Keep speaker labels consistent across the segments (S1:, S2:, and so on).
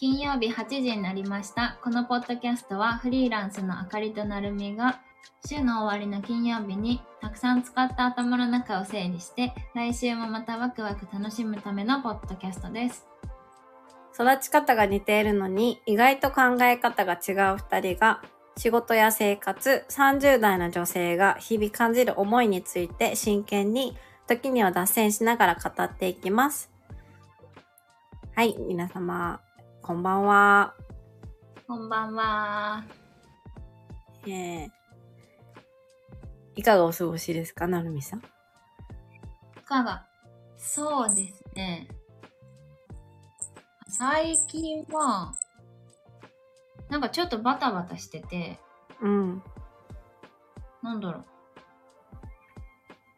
S1: 曜日8時になりました。このポッドキャストはフリーランスのあかりとなるみが週の終わりの金曜日にたくさん使った頭の中を整理して来週もまたワクワク楽しむためのポッドキャストです。
S2: 育ち方が似ているのに意外と考え方が違う2人が仕事や生活30代の女性が日々感じる思いについて真剣に時には脱線しながら語っていきますはい皆様こんばんは、
S1: こんばんは。
S2: えーいかがお過ごしですかなるみさん
S1: いかがそうですね。最近は、なんかちょっとバタバタしてて、
S2: うん
S1: なんだろ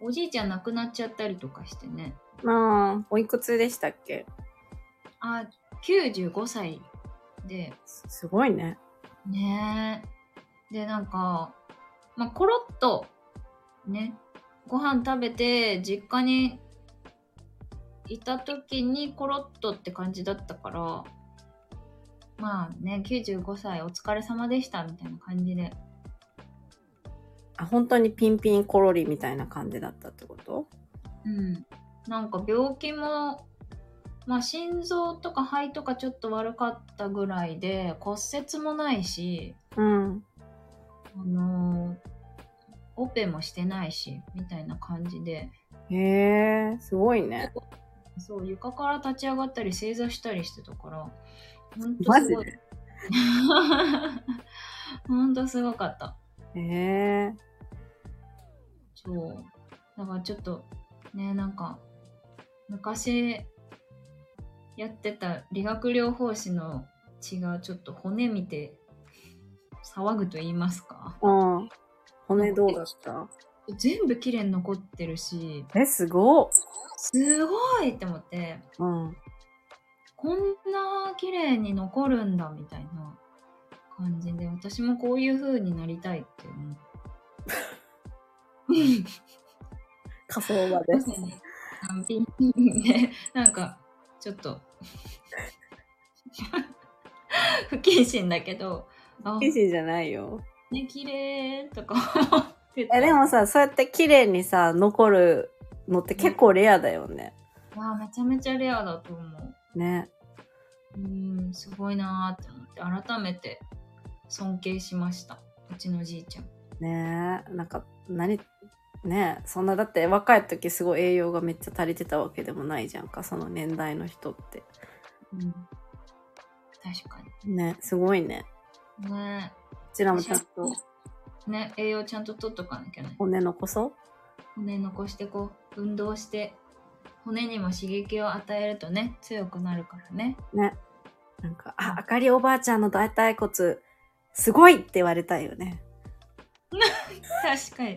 S1: う。おじいちゃん亡くなっちゃったりとかしてね。
S2: まあおいくつでしたっけ
S1: あ、95歳で、
S2: すごいね
S1: ねえ。で、なんか、まあ、コロッと、ね、ご飯食べて、実家にいた時にコロッとって感じだったから、まあね、95歳お疲れ様でしたみたいな感じで。
S2: あ本当にピンピンコロリみたいな感じだったってこと
S1: うん。なんか病気も、まあ心臓とか肺とかちょっと悪かったぐらいで、骨折もないし、
S2: うん
S1: あのーオペもしてないし、みたいな感じで。
S2: へえ、すごいね。
S1: そう床から立ち上がったり正座したりしてたから本当
S2: マ
S1: す
S2: ジ
S1: ごい 本当すごかった
S2: へえ、
S1: そうだからちょっとねなんか昔やってた理学療法士の血がちょっと骨見て騒ぐと言いますか
S2: うん。骨どうだった
S1: 全部綺麗に残ってるし
S2: え、すごっ。
S1: すごいって思って
S2: うん。
S1: こんな綺麗に残るんだみたいな感じで私もこういう風になりたいって思う。
S2: 仮想場
S1: ま
S2: です
S1: さ。に単品で なんかちょっと不謹慎だけどあ
S2: 記事じゃないよ。
S1: ね綺麗とか思ってた
S2: え、でもさ、そうやって綺麗にさ、残るのって結構レアだよね。
S1: わあめちゃめちゃレアだと思う。
S2: ね。
S1: うんすごいなーって思って改めて尊敬しましたうちのじいちゃん。
S2: ねえ、なんか、何、ねえ、そんな、だって若い時すごい栄養がめっちゃ足りてたわけでもないじゃんか、その年代の人って。
S1: うん、確かに。
S2: ね、すごいね。
S1: ね
S2: こちらもちゃんと
S1: ね栄養ちゃんと取っとかなきゃね
S2: 骨残そう
S1: 骨残してこう運動して骨にも刺激を与えるとね強くなるからね
S2: なんか、あ、あかりおばあちゃんの大腿骨、すごいって言われたいよね。
S1: 確かに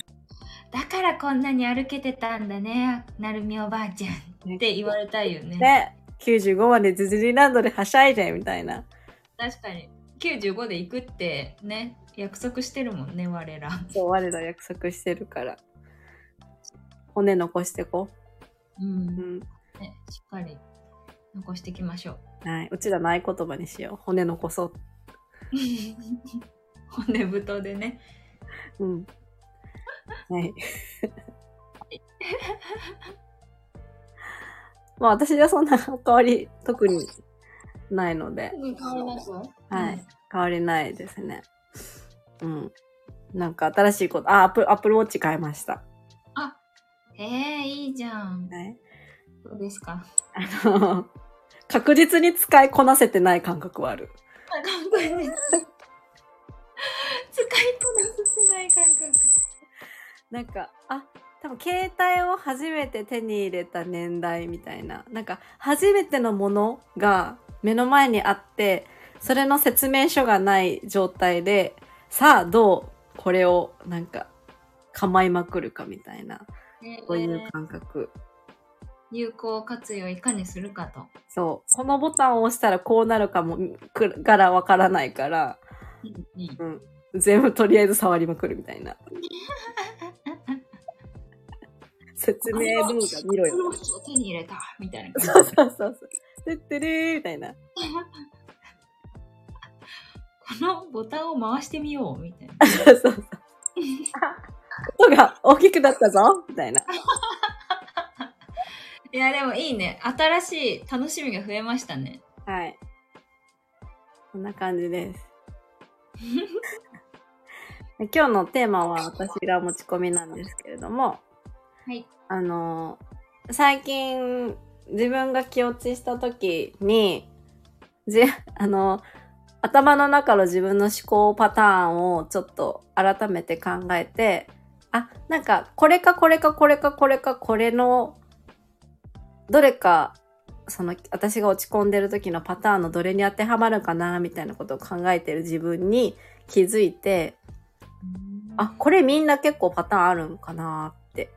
S1: だからこんなに歩けてたんだねなるみおばあちゃんって言われたいよね
S2: ね、95までディズニーランドではしゃいで、みたいな。
S1: 確かに95で行くってね約束してるもんね我ら
S2: そう、我ら約束してるから。骨残してこ
S1: う、
S2: う。うんん。
S1: ね、しっかり残していきましょう
S2: はい。うちらの合言葉にしよう。骨残そう。
S1: 骨太でね
S2: うん。 はい。まあ私はそんな変わり特にないので。はい。変わりないですね。うん。なんか新しいこと、あ、アップル、アップルウォッチ買いました。
S1: えー、いいじゃん。
S2: はい。
S1: どうですか。
S2: あの、確実に使いこなせてない感覚はある。
S1: 感覚です。 使いこなせてない感覚。
S2: なんか、あ、多分携帯を初めて手に入れた年代みたいな。なんか、初めてのものが目の前にあって、それの説明書がない状態で、さあどうこれをなんか構いまくるかみたいな、そういう感覚。
S1: 有効活用いかにするかと。
S2: そう。このボタンを押したらこうなるかも、くからわからないから、うん。全部とりあえず触りまくるみたいな。説明動画見ろよ。
S1: スマホを手に入れたみたいな
S2: そ
S1: 感
S2: うそうそう。てってれーみたいな。
S1: のボタンを回してみようみ たいな。
S2: そうそう。音が大きくなったぞみたいな。
S1: いや、でもいいね。新しい楽しみが増えましたね。
S2: はい。こんな感 じです。今日のテーマは私が持ち込みなんですけれども、
S1: はい。
S2: あの、最近自分が気落ちした時に、じ、 あの、頭の中の自分の思考パターンをちょっと改めて考えて、あ、なんか、これかこれかこれかこれかこれの、どれか、その、私が落ち込んでる時のパターンのどれに当てはまるかな、みたいなことを考えてる自分に気づいて、あ、これみんな結構パターンあるんかなって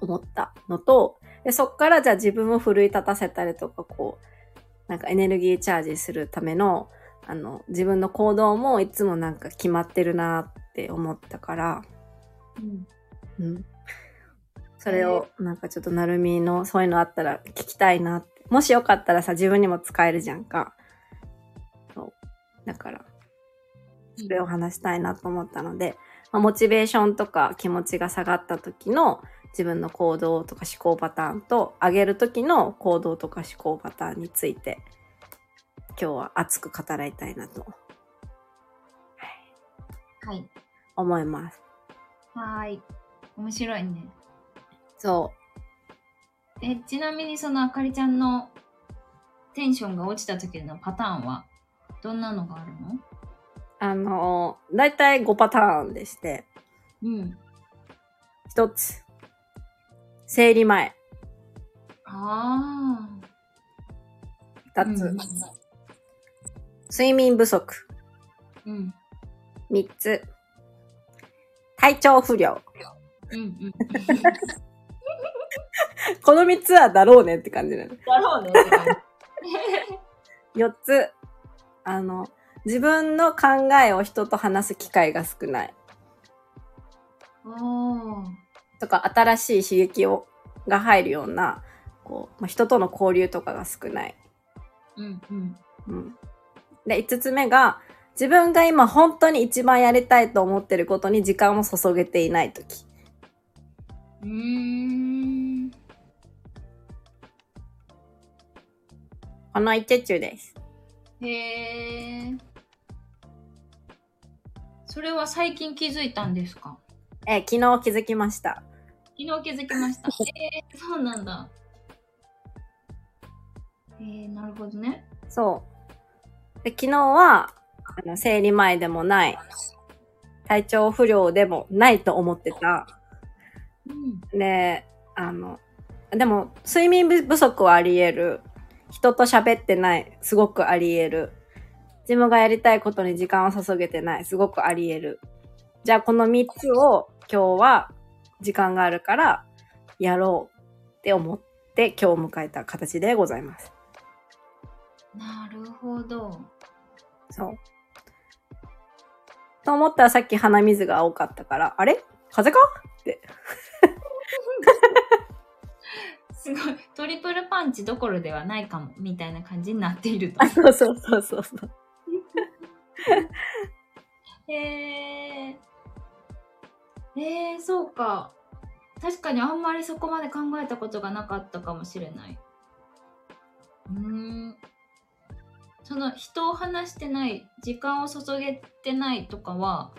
S2: 思ったのと、でそっからじゃあ自分を奮い立たせたりとか、こう、なんかエネルギーチャージするための、あの、自分の行動もいつもなんか決まってるなって思ったから、
S1: うん
S2: うん。それを、なんかちょっとなるみの、そういうのあったら聞きたいなって。もしよかったらさ、自分にも使えるじゃんか。そう。だから、それを話したいなと思ったので、まあ、モチベーションとか気持ちが下がった時の自分の行動とか思考パターンと上げる時の行動とか思考パターンについて今日は熱く語らいたいなと
S1: はい。
S2: 思います。
S1: はーい。面白いね。
S2: そ
S1: え、ちなみにそのあかりちゃんのテンションが落ちた時のパターンはどんなのがあるの
S2: う。あのー、だいたい5パターンでして、
S1: うん。
S2: 一つ。生理前。
S1: ああ。
S2: 二つ。睡眠不足。
S1: うん。うん。
S2: 三つ。体調不良。
S1: うん。 うん。
S2: この三つはだろうねって感じなの。
S1: だろうねって感じ。
S2: 四つ。あの、自分の考えを人と話す機会が少ない。
S1: おー。
S2: とか、新しい刺激を、が入るような、こう、まあ人との交流とかが少ない。
S1: うんうん。
S2: うん。で、五つ目が、自分が今本当に一番やりたいと思ってることに時間を注げていないとき。
S1: うーん。
S2: この一中です。
S1: へえ。それは最近気づいたんですか
S2: えー昨日気づきました。
S1: 昨日気づきま した。えー、そうなんだ。えー、なるほどね。
S2: そう。で昨日は、あの、生理前でもない、体調不良でもないと思ってた。
S1: うん。
S2: で、あの、でも、睡眠不足はあり得る。人と喋ってない、すごくあり得る。自分がやりたいことに時間を注げてない、すごくあり得る。じゃあ、この3つを今日は時間があるからやろうって思って今日を迎えた形でございます。
S1: なるほど。
S2: そう。と思ったらさっき鼻水が多かったから、あれ風邪か
S1: すごい。トリプルパンチどころではないかも、みたいな感じになっていると。
S2: そうそうそうそうそう。
S1: へえ。えー、そうか。確かにあんまりそこまで考えたことがなかったかもしれない。うーん。その人を話してない、時間を注げてないとかは、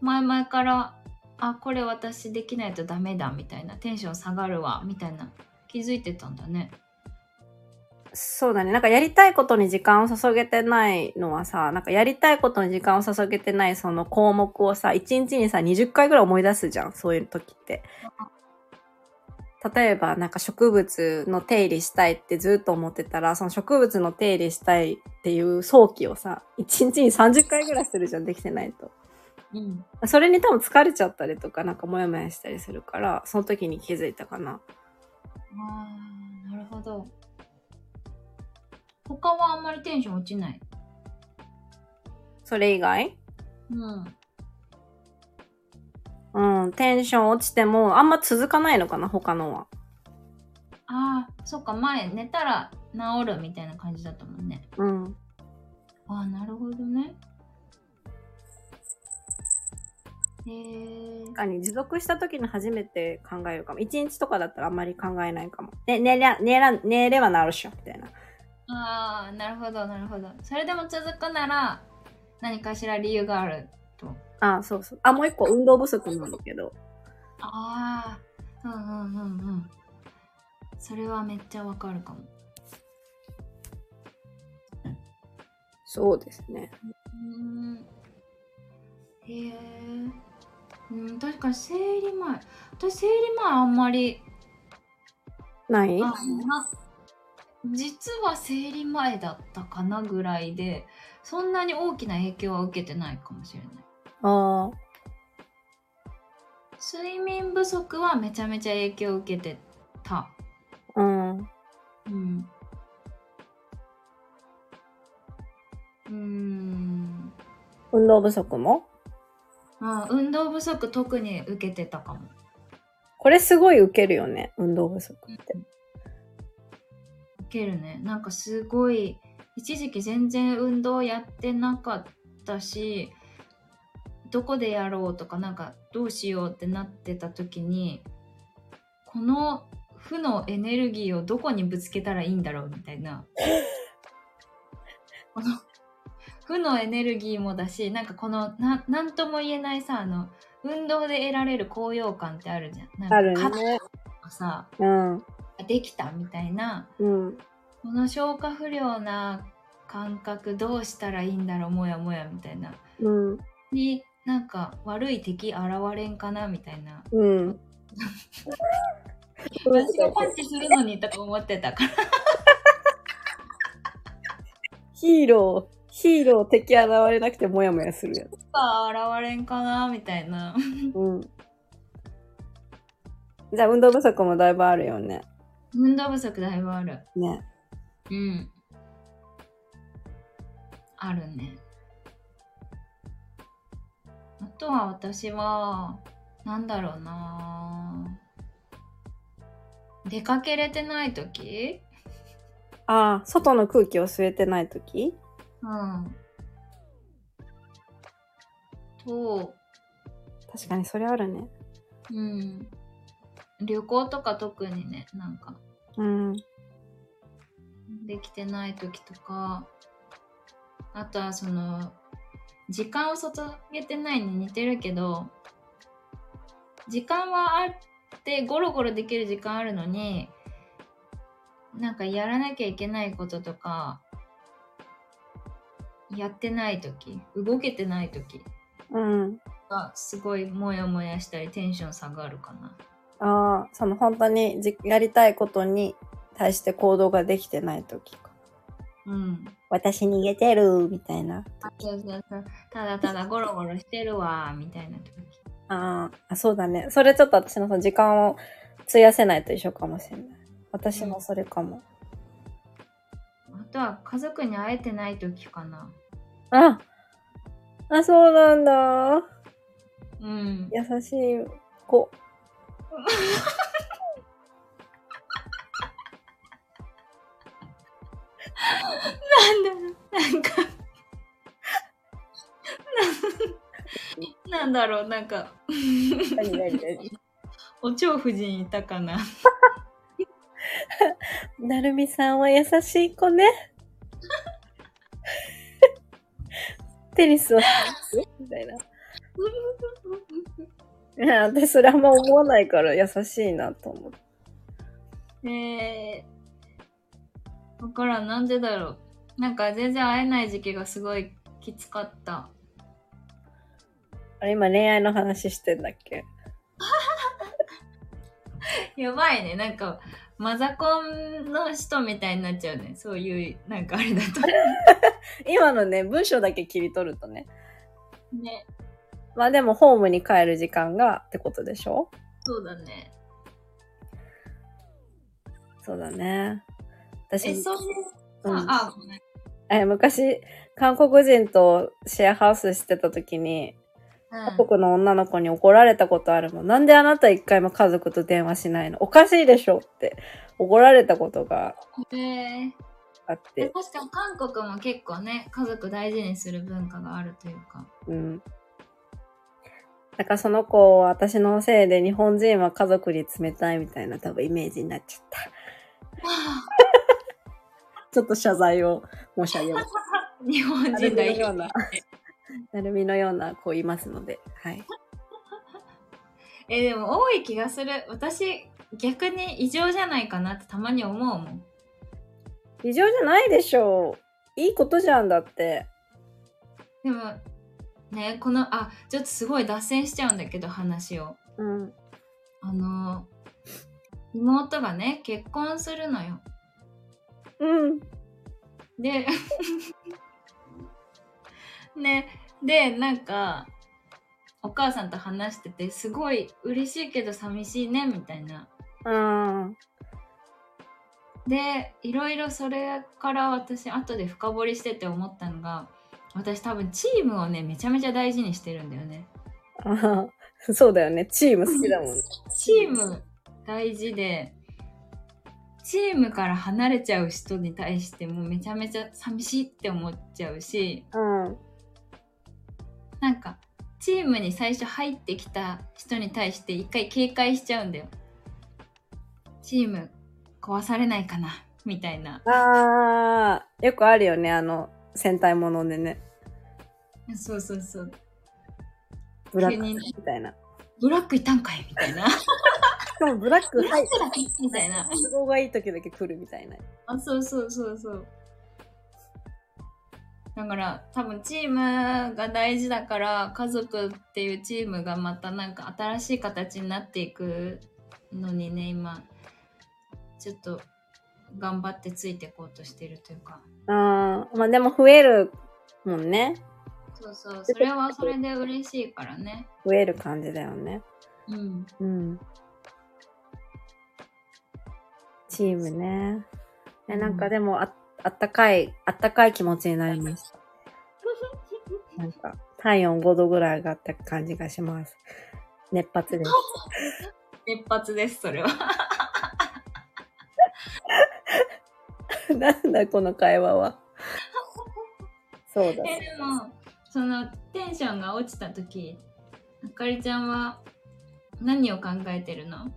S1: 前々から、あ、これ私できないとダメだみたいな、テンション下がるわみたいな、気づいてたんだね。
S2: そうだね。なんかやりたいことに時間を注げてないのはさ、なんかやりたいことに時間を注げてないその項目をさ、1日にさ、20回ぐらい思い出すじゃん。そういう時って。例えば、なんか植物の手入れしたいってずっと思ってたら、その植物の手入れしたいっていう早期をさ、1日に30回ぐらいするじゃん。できてないと。
S1: うん。
S2: それに多分疲れちゃったりとか、なんかモヤモヤしたりするから、その時に気づいたかな。
S1: ああ、なるほど。他はあんまりテンション落ちない。
S2: それ以外
S1: うん。
S2: うん、テンション落ちても、あんま続かないのかな、他のは。
S1: ああ、そっか、前寝たら治るみたいな感じだったもんね。
S2: うん。
S1: あなるほどね。えー、
S2: 確かに持続した時に初めて考えるかも。一日とかだったらあんまり考えないかも。ね、寝りゃ、寝ら、寝ればなるっしょ、みたいな。
S1: ああ、なるほど、なるほど。それでも続くなら、何かしら理由がある。
S2: ああ、そうそう。あ、もう一個運動不足なんだけど。
S1: ああ、うんうんうんうん。それはめっちゃわかるかも。
S2: そうですね。
S1: うん。へえ。うん、確かに生理前。私、生理前あんまり。
S2: ない
S1: あな実は生理前だったかなぐらいで、そんなに大きな影響は受けてないかもしれない。
S2: ああ、
S1: 睡眠不足はめちゃめちゃ影響を受けてた。
S2: うん。
S1: うん。うーん。
S2: 運動不足も
S1: あ運動不足特に受けてたかも。
S2: これすごい受けるよね。運動不足って。
S1: 受けるね。なんかすごい、一時期全然運動やってなかったし、どこでやろうとか、なんかどうしようってなってた時に、この負のエネルギーをどこにぶつけたらいいんだろうみたい な。この負のエネルギーもだし、なんかこのな、なんとも言えないさ、あの、運動で得られる高揚感ってあるじゃん。なんか
S2: ある
S1: 勝っ
S2: ね。
S1: たさ、
S2: うん。
S1: できたみたいな。
S2: うん。
S1: この消化不良な感覚どうしたらいいんだろうもやもやみたいな
S2: うん。
S1: になんか悪い敵現れんかなみたいな
S2: うん。
S1: 私がパンチするのにとか思ってたから
S2: ヒーロー、ヒーロー敵現れなくてもやもやするやつ。
S1: あ現れんかなみたいな
S2: うん。じゃあ運動不足もだいぶあるよね。
S1: 運動不足だいぶある
S2: ね。
S1: うんあるねあとは私はなんだろうな出かけれてない時
S2: ああ、外の空気を吸えてないとき
S1: うん。と、
S2: 確かにそれあるね。
S1: うん。旅行とか特にね、なんか、
S2: うん。
S1: できてない時とか、あとはその、時間を注げてないに似てるけど、時間はあって、ゴロゴロできる時間あるのに、なんかやらなきゃいけないこととか、やってない時、動けてない時
S2: うん。
S1: がすごいモヤモヤしたりテンション下がるかな。
S2: ああ、その本当にじやりたいことに対して行動ができてないときか。
S1: うん。
S2: 私逃げてる、みたいな。
S1: そうそうそうただただゴロゴロしてるわーみたいな時。
S2: あーあ、そうだね。それちょっと私のその時間を費やせないと一緒かもしれない。私もそれかも。
S1: あとは家族に会えてない時かな。
S2: ああ、そうなんだ。
S1: うん。
S2: 優しい子。
S1: なんだろう、なんかな。なんだろう、なんか、
S2: 何何何
S1: お蝶夫人いたかな。
S2: なるみさんは優しい子ね。テニスをしますよみたいな。いや、私それあんま思わないから優しいなと思って。
S1: えー、わからん、なんでだろう。なんか全然会えない時期がすごいきつかった。
S2: あれ今恋愛の話してんだっけ
S1: やばいね。なんか、マザコンの人みたいになっちゃうね。そういう、なんかあれだ と。
S2: 今のね、文章だけ切り取るとね。
S1: ね。
S2: まあでもホームに帰る時間がってことでしょ
S1: そうだね。
S2: そうだね。私、
S1: え、そういう、
S2: うん
S1: あ、あ、ごめん。
S2: え昔、韓国人とシェアハウスしてた時に、韓国の女の子に怒られたことあるもん。なんであなた一回も家族と電話しないのおかしいでしょって怒られたことが
S1: うん、えー、
S2: かって、
S1: 確かに韓国も結構ね、家族大事にする文化があるというか。
S2: うん。だからその子は私のせいで日本人は家族に冷たいみたいな多分イメージになっちゃった。ちょっと謝罪を申し上げます。
S1: 日本
S2: なる
S1: 人
S2: み
S1: 代
S2: のよう
S1: 表。
S2: な、 なるみのような子いますので、はい。
S1: え、でも多い気がする。私、逆に異常じゃないかなってたまに思うもん。
S2: 異常じゃないでしょう。いいことじゃんだって。
S1: でも、ね、この、あ、ちょっとすごい脱線しちゃうんだけど、話を。
S2: うん。
S1: あの、妹がね、結婚するのよ。
S2: うん。
S1: で、 ね、で、なんか、お母さんと話してて、すごい嬉しいけど寂しいね、みたいな。
S2: うん。
S1: で、いろいろそれから私、後で深掘りしてて思ったのが、私多分チームをね、めちゃめちゃ大事にしてるんだよね。
S2: あーそうだよね。チーム好きだもんね。
S1: チーム大事で、チームから離れちゃう人に対してもめちゃめちゃ寂しいって思っちゃうし、
S2: うん。
S1: なんかチームに最初入ってきた人に対して一回警戒しちゃうんだよ。チーム壊されないかなみたいな。
S2: ああ、よくあるよね。あの、戦隊ものでね。
S1: そうそうそう。
S2: ブラック
S1: 急に
S2: み
S1: ね
S2: たいな。
S1: ブラックいたんかいみた いな。
S2: しかもブラック
S1: ブラ
S2: 入
S1: ッ
S2: っ
S1: クだいみたいな。
S2: 都合がいい時だけ来るみたいな。
S1: あ、そうそうそうそう。だから多分チームが大事だから家族っていうチームがまたなんか新しい形になっていくのにね今ちょっと頑張ってついていこうとしてるというか
S2: ああ、まあでも増えるもんね。
S1: そうそうそれはそれで嬉しいからね
S2: 増える感じだよね。
S1: うん
S2: うん。チームね。え、なんかでもあ、あったかい、あったかい気持ちになりました。なんか、体温5度ぐらい上がった感じがします。熱発です。
S1: 一発ですそれは
S2: なんだこの会話は。そうだ
S1: え。でもそのテンションが落ちた時あかりちゃんは何を考えてるのっ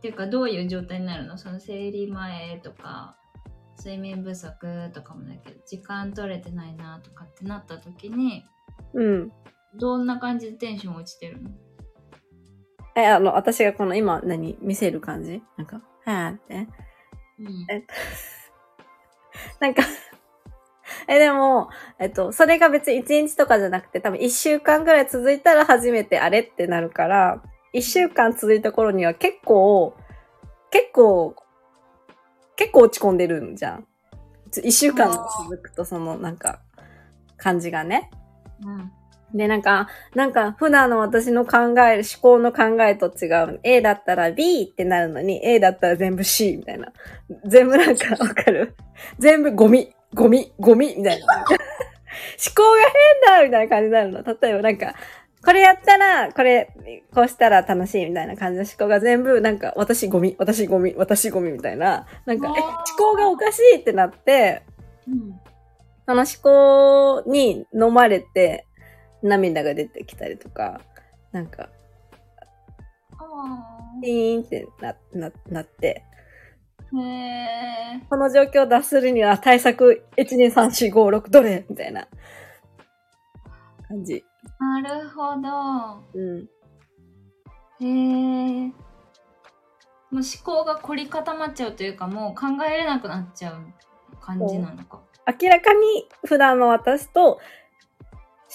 S1: ていうかどういう状態になるのその生理前とか睡眠不足とかもだけど時間取れてないなとかってなった時に
S2: うん。
S1: どんな感じでテンション落ちてるの
S2: え、あの、私がこの今、何見せる感じなんか、はぁって。
S1: うん
S2: えなんか、 え、でも、えっと、それが別に1日とかじゃなくて、多分1週間ぐらい続いたら初めてあれってなるから、1週間続いた頃には結構、結構、結構落ち込んでるんじゃん。1週間続くと、その、なんか、感じがね。
S1: うん
S2: で、なんか、なんか、普段の私の考える、思考の考えと違う。A だったら B ってなるのに、A だったら全部 C みたいな。全部なんか、わかる全部ゴミ、ゴミ、ゴミみたいな。思考が変だみたいな感じになるの。例えばなんか、これやったら、これ、こうしたら楽しいみたいな感じの思考が全部、なんか、私ゴミ、私ゴミ、私ゴミみたいな。なんか、え
S1: あー
S2: 思考がおかしいってなって、
S1: うん
S2: その思考に飲まれて涙が出てきたりとか、なんか、
S1: あ
S2: ピーンってな、な、なって、
S1: ーへえ
S2: この状況を脱するには対策1,2,3,4,5,6どれみたいな感じ。
S1: なるほど
S2: うん。
S1: へえ。もう思考が凝り固まっちゃうというか、もう考えれなくなっちゃう感じなのか。
S2: 明らかに普段の私と思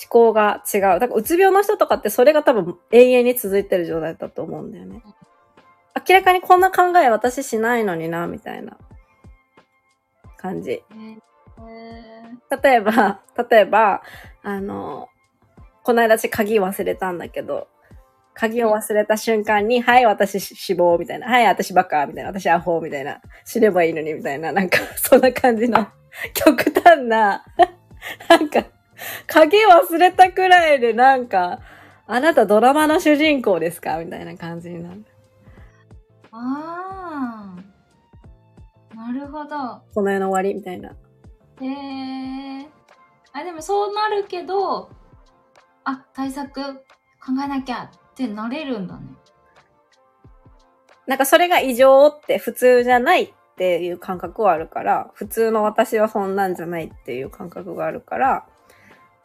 S2: 考が違う。だからうつ病の人とかってそれが多分永遠に続いてる状態だと思うんだよね。明らかにこんな考え私しないのにな、みたいな感じ。
S1: へえ。
S2: 例えば、例えば、あの、この間私鍵忘れたんだけど、鍵を忘れた瞬間に、はい、私死亡、みたいな。はい、私バカ、みたいな。私アホ、みたいな。死ねばいいのに、みたいな。なんか、 そんな感じの極端な、 なんか、鍵忘れたくらいで、なんか、あなたドラマの主人公ですかみたいな感じになる。
S1: ああ。なるるほど。
S2: この世の終わりみたいな。
S1: へえ。あ、でもそうなるけど、あ、対策考えなきゃってなれるんだね。
S2: なんかそれが異常って普通じゃないっていう感覚はあるから、普通の私はそんなんじゃないっていう感覚があるから、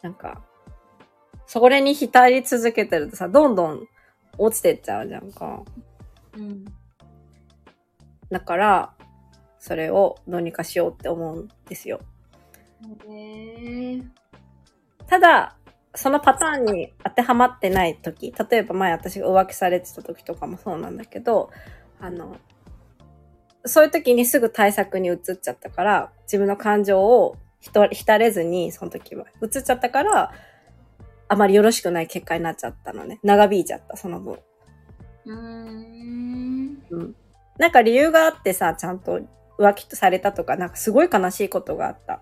S2: なんか、それに浸り続けてるとさ、どんどん落ちてっちゃうじゃんか。
S1: うん。
S2: だから、それをどうにかしようって思うんですよ。
S1: へえ。
S2: ただ、そのパターンに当てはまってない時、例えば前私が浮気されてた時とかもそうなんだけど、あの、そういう時にすぐ対策に移っちゃったから、自分の感情をひと浸れずに、その時は移っちゃったから、あまりよろしくない結果になっちゃったのね。長引いちゃった、その分。
S1: うーん。
S2: なんか理由があってさ、ちゃんと浮気されたとか、なんかすごい悲しいことがあった。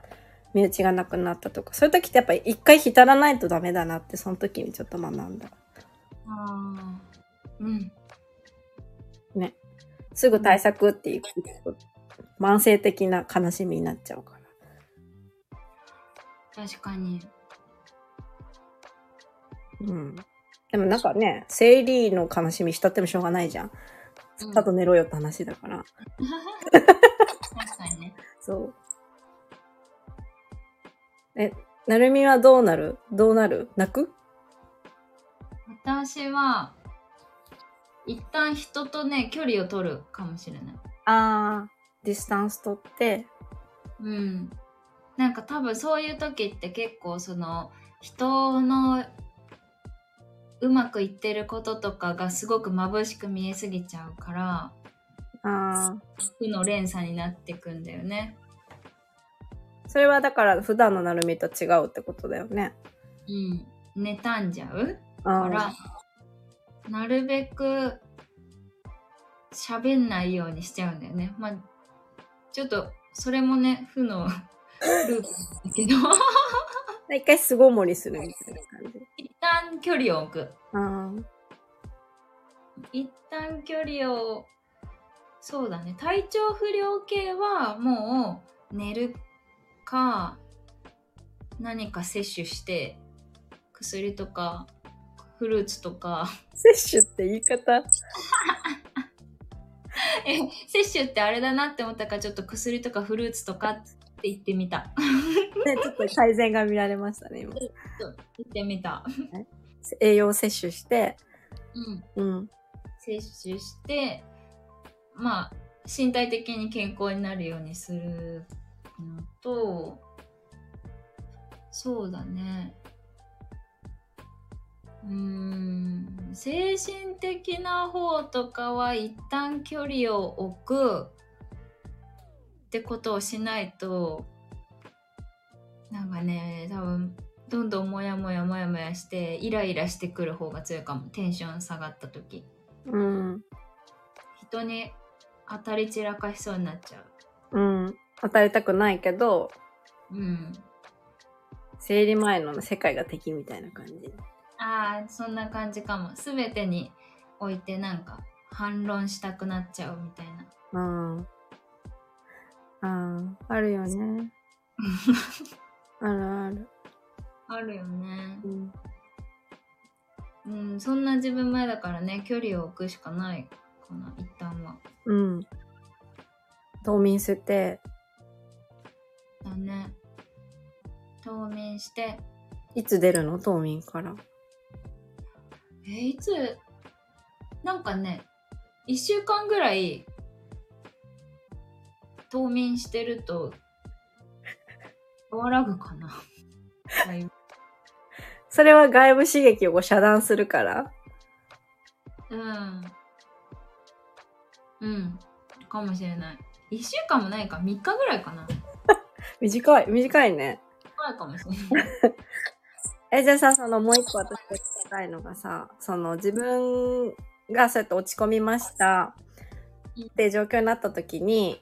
S2: 身内が亡くなったとか、そういう時ってやっぱり一回浸らないとダメだなって、その時にちょっと学んだ。
S1: ああ。うん。
S2: すぐ対策っていうと、慢性的な悲しみになっちゃうから。
S1: 確かに。
S2: うん。でもなんかね、生理の悲しみ浸ってもしょうがないじゃ
S1: う
S2: ん。
S1: ん
S2: さっと寝ろよって話だから。
S1: 確かにね。
S2: そう。え、なるみはどうなるどうなる泣く
S1: 私は、一旦人とね、距離を取るかもしれない。
S2: ああ。ディスタンス取って。
S1: うん。なんか多分そういう時って結構その、人のうまくいってることとかがすごく眩しく見えすぎちゃうから、
S2: ああ。
S1: 負の連鎖になってくんだよね。
S2: それはだから普段のなるみと違うってことだよね。
S1: うん。妬んじゃう
S2: あ
S1: か
S2: あ。
S1: ら、なるべく喋んないようにしちゃうんだよね。まあ、ちょっと、それもね、負のループだけど、
S2: 一回巣ごもりするみたいな感じ。
S1: 一旦距離を置く。
S2: ああ。
S1: 一旦距離を、そうだね、体調不良系はもう寝るか、何か摂取して、薬とか、フルーツとか、
S2: 摂取って言い方。
S1: え摂取ってあれだなって思ったからちょっと薬とかフルーツとかって言ってみた
S2: ね、ちょっと改善が見られましたね、今。
S1: 言ってみた、
S2: 栄養摂取して、
S1: うん、
S2: うん。
S1: 摂取してまあ身体的に健康になるようにするのとそうだねうーん精神的な方とかは一旦距離を置くってことをしないとなんかね多分どんどんモヤモヤモヤモヤしてイライラしてくる方が強いかもテンション下がった時
S2: うん。
S1: 人に当たり散らかしそうになっちゃ
S2: うん。与えたくないけど、
S1: ううん
S2: 生理前の世界が敵みたいな感じ。
S1: ああそんな感じかも全てにおいてなんか反論したくなっちゃうみたいな
S2: うん。ああ、あるよね。あるある。
S1: あるよね
S2: うん。
S1: うんそんな自分前だからね距離を置くしかないかな一旦は
S2: うん。冬眠捨て、
S1: だね冬眠して
S2: いつ出るの冬眠から。
S1: えーいつなんかね1週間ぐらい冬眠してると和らぐかなだいぶ
S2: それは外部刺激を遮断するから。
S1: うん。うん。かもしれない。1週間もないか、3日ぐらいかな。
S2: 短い、短いね。
S1: ぐらいかもしれない。
S2: え、じゃあさ、そのもう一個私が聞きたいのがさ、その自分がそうやって落ち込みましたって状況になった時に、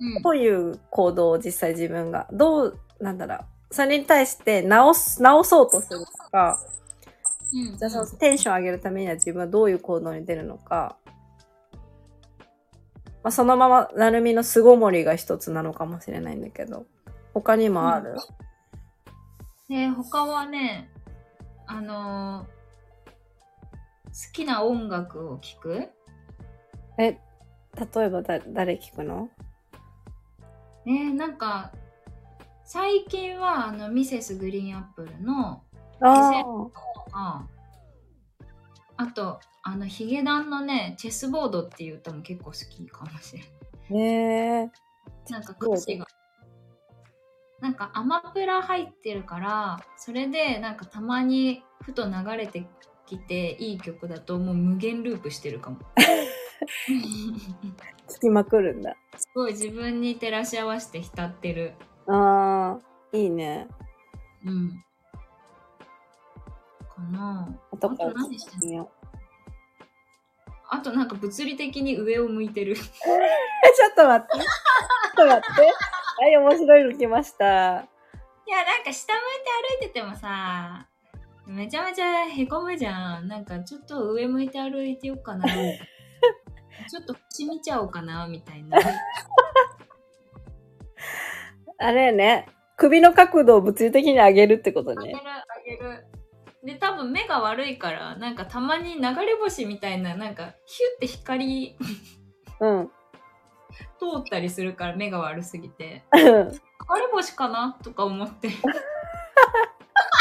S1: うん
S2: どういう行動を実際自分が、どう、なんだろう、それに対して直す、直そうとするとか、
S1: うん。
S2: じゃあそのテンション上げるためには自分はどういう行動に出るのか、まあ、そのまま、なるみの巣ごもりが一つなのかもしれないんだけど、他にもある、
S1: で、他はね、あのー好きな音楽を聴く
S2: え、例えばだ、誰聞くの
S1: えーなんか、最近は、あの、ミセスグリーンアップルの、
S2: あ
S1: ああと、あの、ヒゲダンのね、チェスボードっていう歌も結構好きかもしれない。
S2: あ、ねえ。
S1: なんか歌詞が。なんかアマプラ入ってるから、それでなんかたまにふと流れてきていい曲だともう無限ループしてるかも。
S2: 聞きまくるんだ。
S1: すごい自分に照らし合わせて浸ってる。
S2: ああ、いいね。
S1: うん。かなあ。
S2: あとから
S1: あと何してん
S2: みよう。
S1: あとなんか物理的に上を向いてる。
S2: え、ちょっと待って。ちょっと待って。はい、面白いの来ました。
S1: いや、なんか下向いて歩いててもさ、めちゃめちゃへこむじゃん。なんかちょっと上向いて歩いてよう かな。ちょっと星見ちゃおうかな、みたいな。
S2: あれね、首の角度を物理的に上げるってこと
S1: あげる
S2: ね。
S1: あげる。で、多分目が悪いから、なんかたまに流れ星みたいな、なんかヒュって光通
S2: うん。
S1: ったりするから目が悪すぎて。流れ星かなとか思って。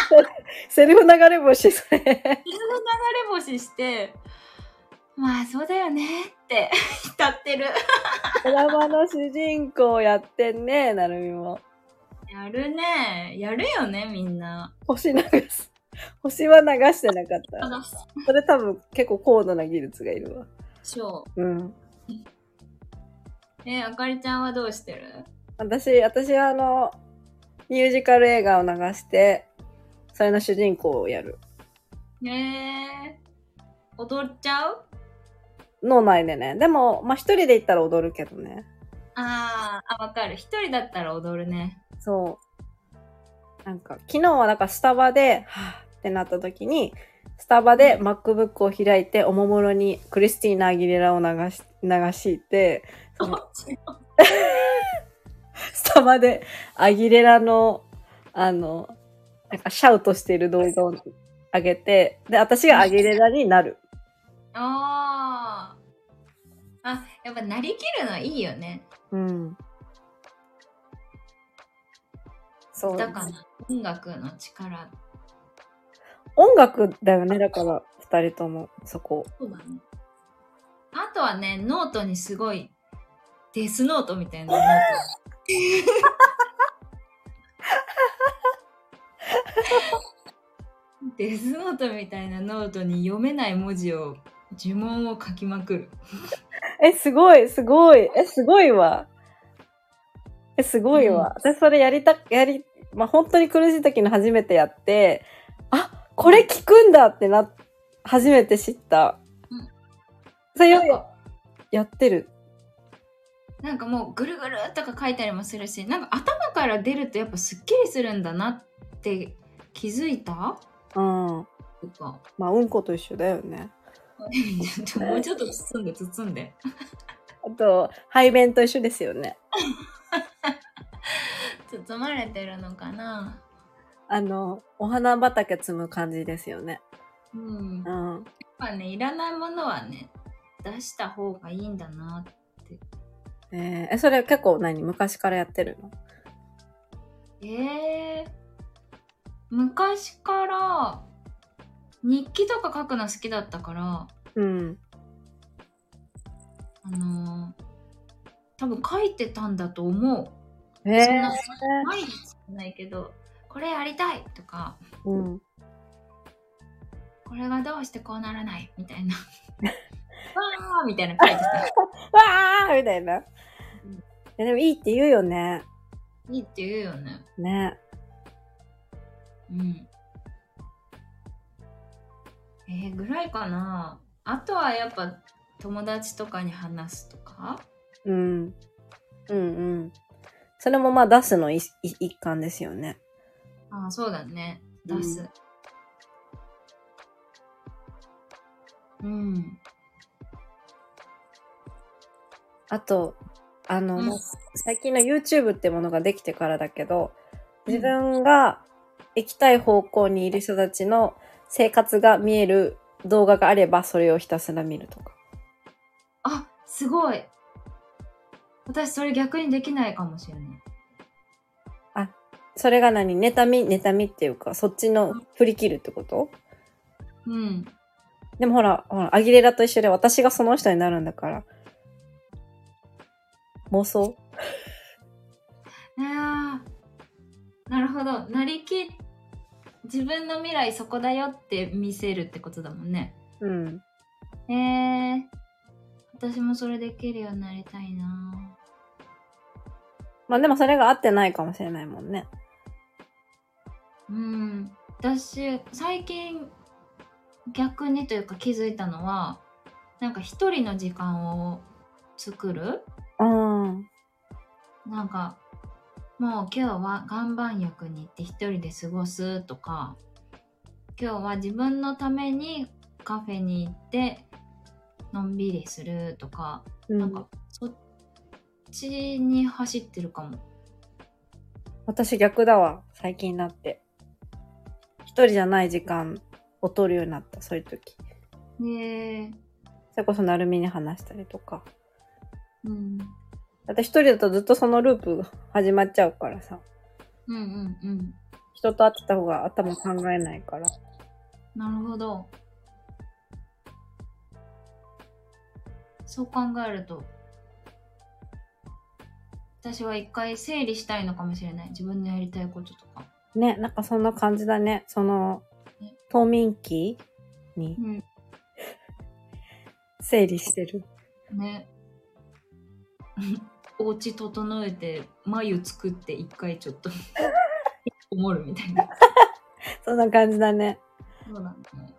S1: それ
S2: セルフ流れ星、それ。
S1: 流れ星して、まあそうだよねって 浸ってる。
S2: ドラマの主人公やってんね、なるみも。
S1: やるね。やるよね、みんな。
S2: 星流す。星は流してなかった。
S1: 話す
S2: それ多分結構高度な技術がいるわ。
S1: そう。
S2: うん。
S1: え、あかりちゃんはどうしてる
S2: 私、私はあの、ミュージカル映画を流して、それの主人公をやる。
S1: えー、踊っちゃう
S2: 脳内でね。でも、まあ、一人で行ったら踊るけどね。
S1: あーあ、わかる。一人だったら踊るね。
S2: そう。なんか、昨日はなんかスタバで、はぁってなった時に、スタバで MacBook を開いて、おもむろにクリスティーナ・アギレラを流し、流して、そ のスタバでアギレラの、あの、なんかシャウトしてる動画を上げて、で、私がアギレラになる。
S1: ああ。あ、やっぱなりきるのいいよね。
S2: うん。そう。
S1: だから音楽の力。
S2: 音楽だよね、だから、二人とも、そこ。
S1: そうだね。あとはね、ノートにすごい、デスノートみたいなノート。 デスノートみたいなノートに読めない文字を呪文を書きまくる。
S2: え、すごい、すごい、え、すごいわ。え、すごいわ。私それやりた、やり、まあ、本当に苦しい時に初めてやって、あ、これ聞くんだってな、初めて知った
S1: うん。
S2: そ
S1: な
S2: れよ
S1: ん
S2: り
S1: か
S2: やってる。
S1: なんかもうぐるぐるっとか書いたりもするしなんか頭から出るとやっぱすっきりするんだなって気づいた
S2: うん。
S1: とか
S2: まあ、うんこと一緒だよね。
S1: ちょっともうちょっと包んで包んで
S2: あと、排便と一緒ですよね。
S1: 包まれてるのかな
S2: あの、お花畑摘む感じですよね。
S1: うん
S2: う
S1: やっ
S2: ん。
S1: ぱねいらないものはね出した方がいいんだな
S2: えーえ、それ結構何昔からやってるの
S1: えー、昔から日記とか書くの好きだったから
S2: うん。
S1: あのー多分書いてたんだと思う
S2: え
S1: そん
S2: ー
S1: な、毎日じゃないけどこれやりたいとか
S2: うん。
S1: これがどうしてこうならないみたいなわーみたいな書いてた
S2: わーみたいな。い
S1: うん
S2: やでもいいって言うよね。
S1: いいって言うよね
S2: ね。
S1: うんえー、ぐらいかなあとはやっぱ友達とかに話すとか
S2: うん。うんうん。それもまあ出すの一一一環ですよね。
S1: ああそうだね
S2: うん
S1: 出すうん、
S2: あと、あの、
S1: うん
S2: 最近の YouTube ってものができてからだけど、
S1: うん
S2: 自分が行きたい方向にいる人たちの生活が見える動画があれば、それをひたすら見るとか。
S1: あすごい私それ逆にできないかもしれない
S2: それが何妬み、妬みっていうか、そっちの振り切るってこと
S1: うん
S2: でもほら、ほら、アギレラと一緒で私がその人になるんだから。妄想
S1: あーなるほどなりき自分の未来そこだよって見せるってことだもんね
S2: うん。
S1: へえー、私もそれできるようになりたいな
S2: まあでもそれが合ってないかもしれないもんね。
S1: うん私最近逆にというか気づいたのはなんか一人の時間を作る
S2: うん。
S1: なんかもう今日は岩盤浴に行って一人で過ごすとか今日は自分のためにカフェに行ってのんびりするとか、
S2: な
S1: なんかそっちに走ってるかも
S2: 私逆だわ最近になって一人じゃない時間を取るようになったそういう時
S1: ね
S2: それこそなるみに話したりとか
S1: うん、
S2: だって一人だとずっとそのループ始まっちゃうからさ
S1: うんうんうん
S2: 人と会ってた方が頭考えないから
S1: なるほどそう考えると私は一回整理したいのかもしれない自分のやりたいこととか
S2: ねなんかそんな感じだねその冬眠期に
S1: うん
S2: 整理してる
S1: ね。 お家整えて、眉作って一回ちょっと、 こもるみたいな。
S2: そんな感じだね
S1: そうなんだね。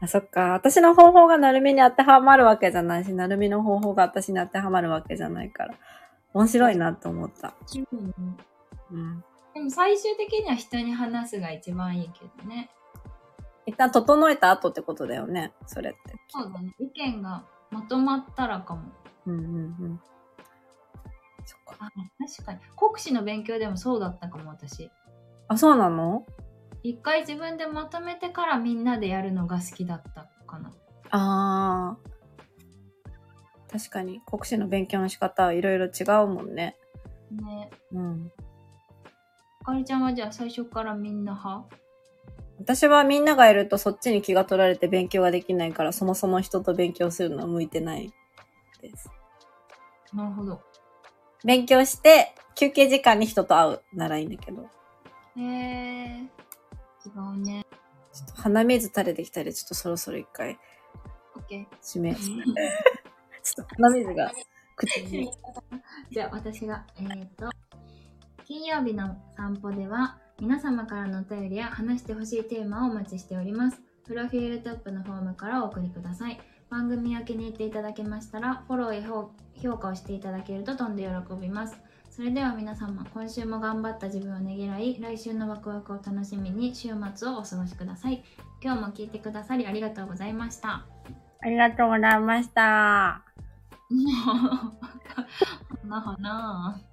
S2: あそっか私の方法がなるみに当てはまるわけじゃないしなるみの方法が私に当てはまるわけじゃないから面白いなと思ったうん
S1: でも最終的には人に話すが一番いいけどね。
S2: 一旦整えた後ってことだよね、それって。
S1: そうだね。意見がまとまったらかも。
S2: うんうんうん。そっか。
S1: あ、確かに。国試の勉強でもそうだったかも、私。
S2: あ、そうなの
S1: 一回自分でまとめてからみんなでやるのが好きだったかな。
S2: あー。確かに、国試の勉強の仕方はいろいろ違うもんね。
S1: ね。
S2: うん。
S1: あかりちゃんはじゃあ最初からみんな派
S2: 私はみんながいるとそっちに気が取られて勉強ができないから、そもそも人と勉強するのは向いてないです。
S1: なるほど。
S2: 勉強して、休憩時間に人と会うならいいんだけど、
S1: へえ違うね。
S2: ちょっと鼻水垂れてきたり、ちょっとそろそろ一回
S1: オッケー。
S2: 締め。ちょっと鼻水が口に。
S1: じゃあ私が、えー、と金曜日の散歩では皆様からのお便りや話してほしいテーマをお待ちしておりますプロフィールトップのフォームからお送りください番組を気に入っていただけましたらフォローや評評価をしていただけるととんで喜びますそれでは皆様今週も頑張った自分をねぎらい来週のワクワクを楽しみに週末をお過ごしください今日も聞いてくださりありがとうございました
S2: ありがとうございました。
S1: もう、なはなあ。